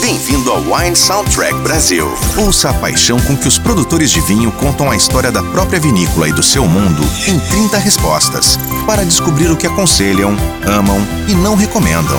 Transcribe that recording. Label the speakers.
Speaker 1: Bem-vindo ao Wine Soundtrack Brasil. Ouça a paixão com que os produtores de vinho contam a história da própria vinícola e do seu mundo em 30 respostas, para descobrir o que aconselham, amam e não recomendam.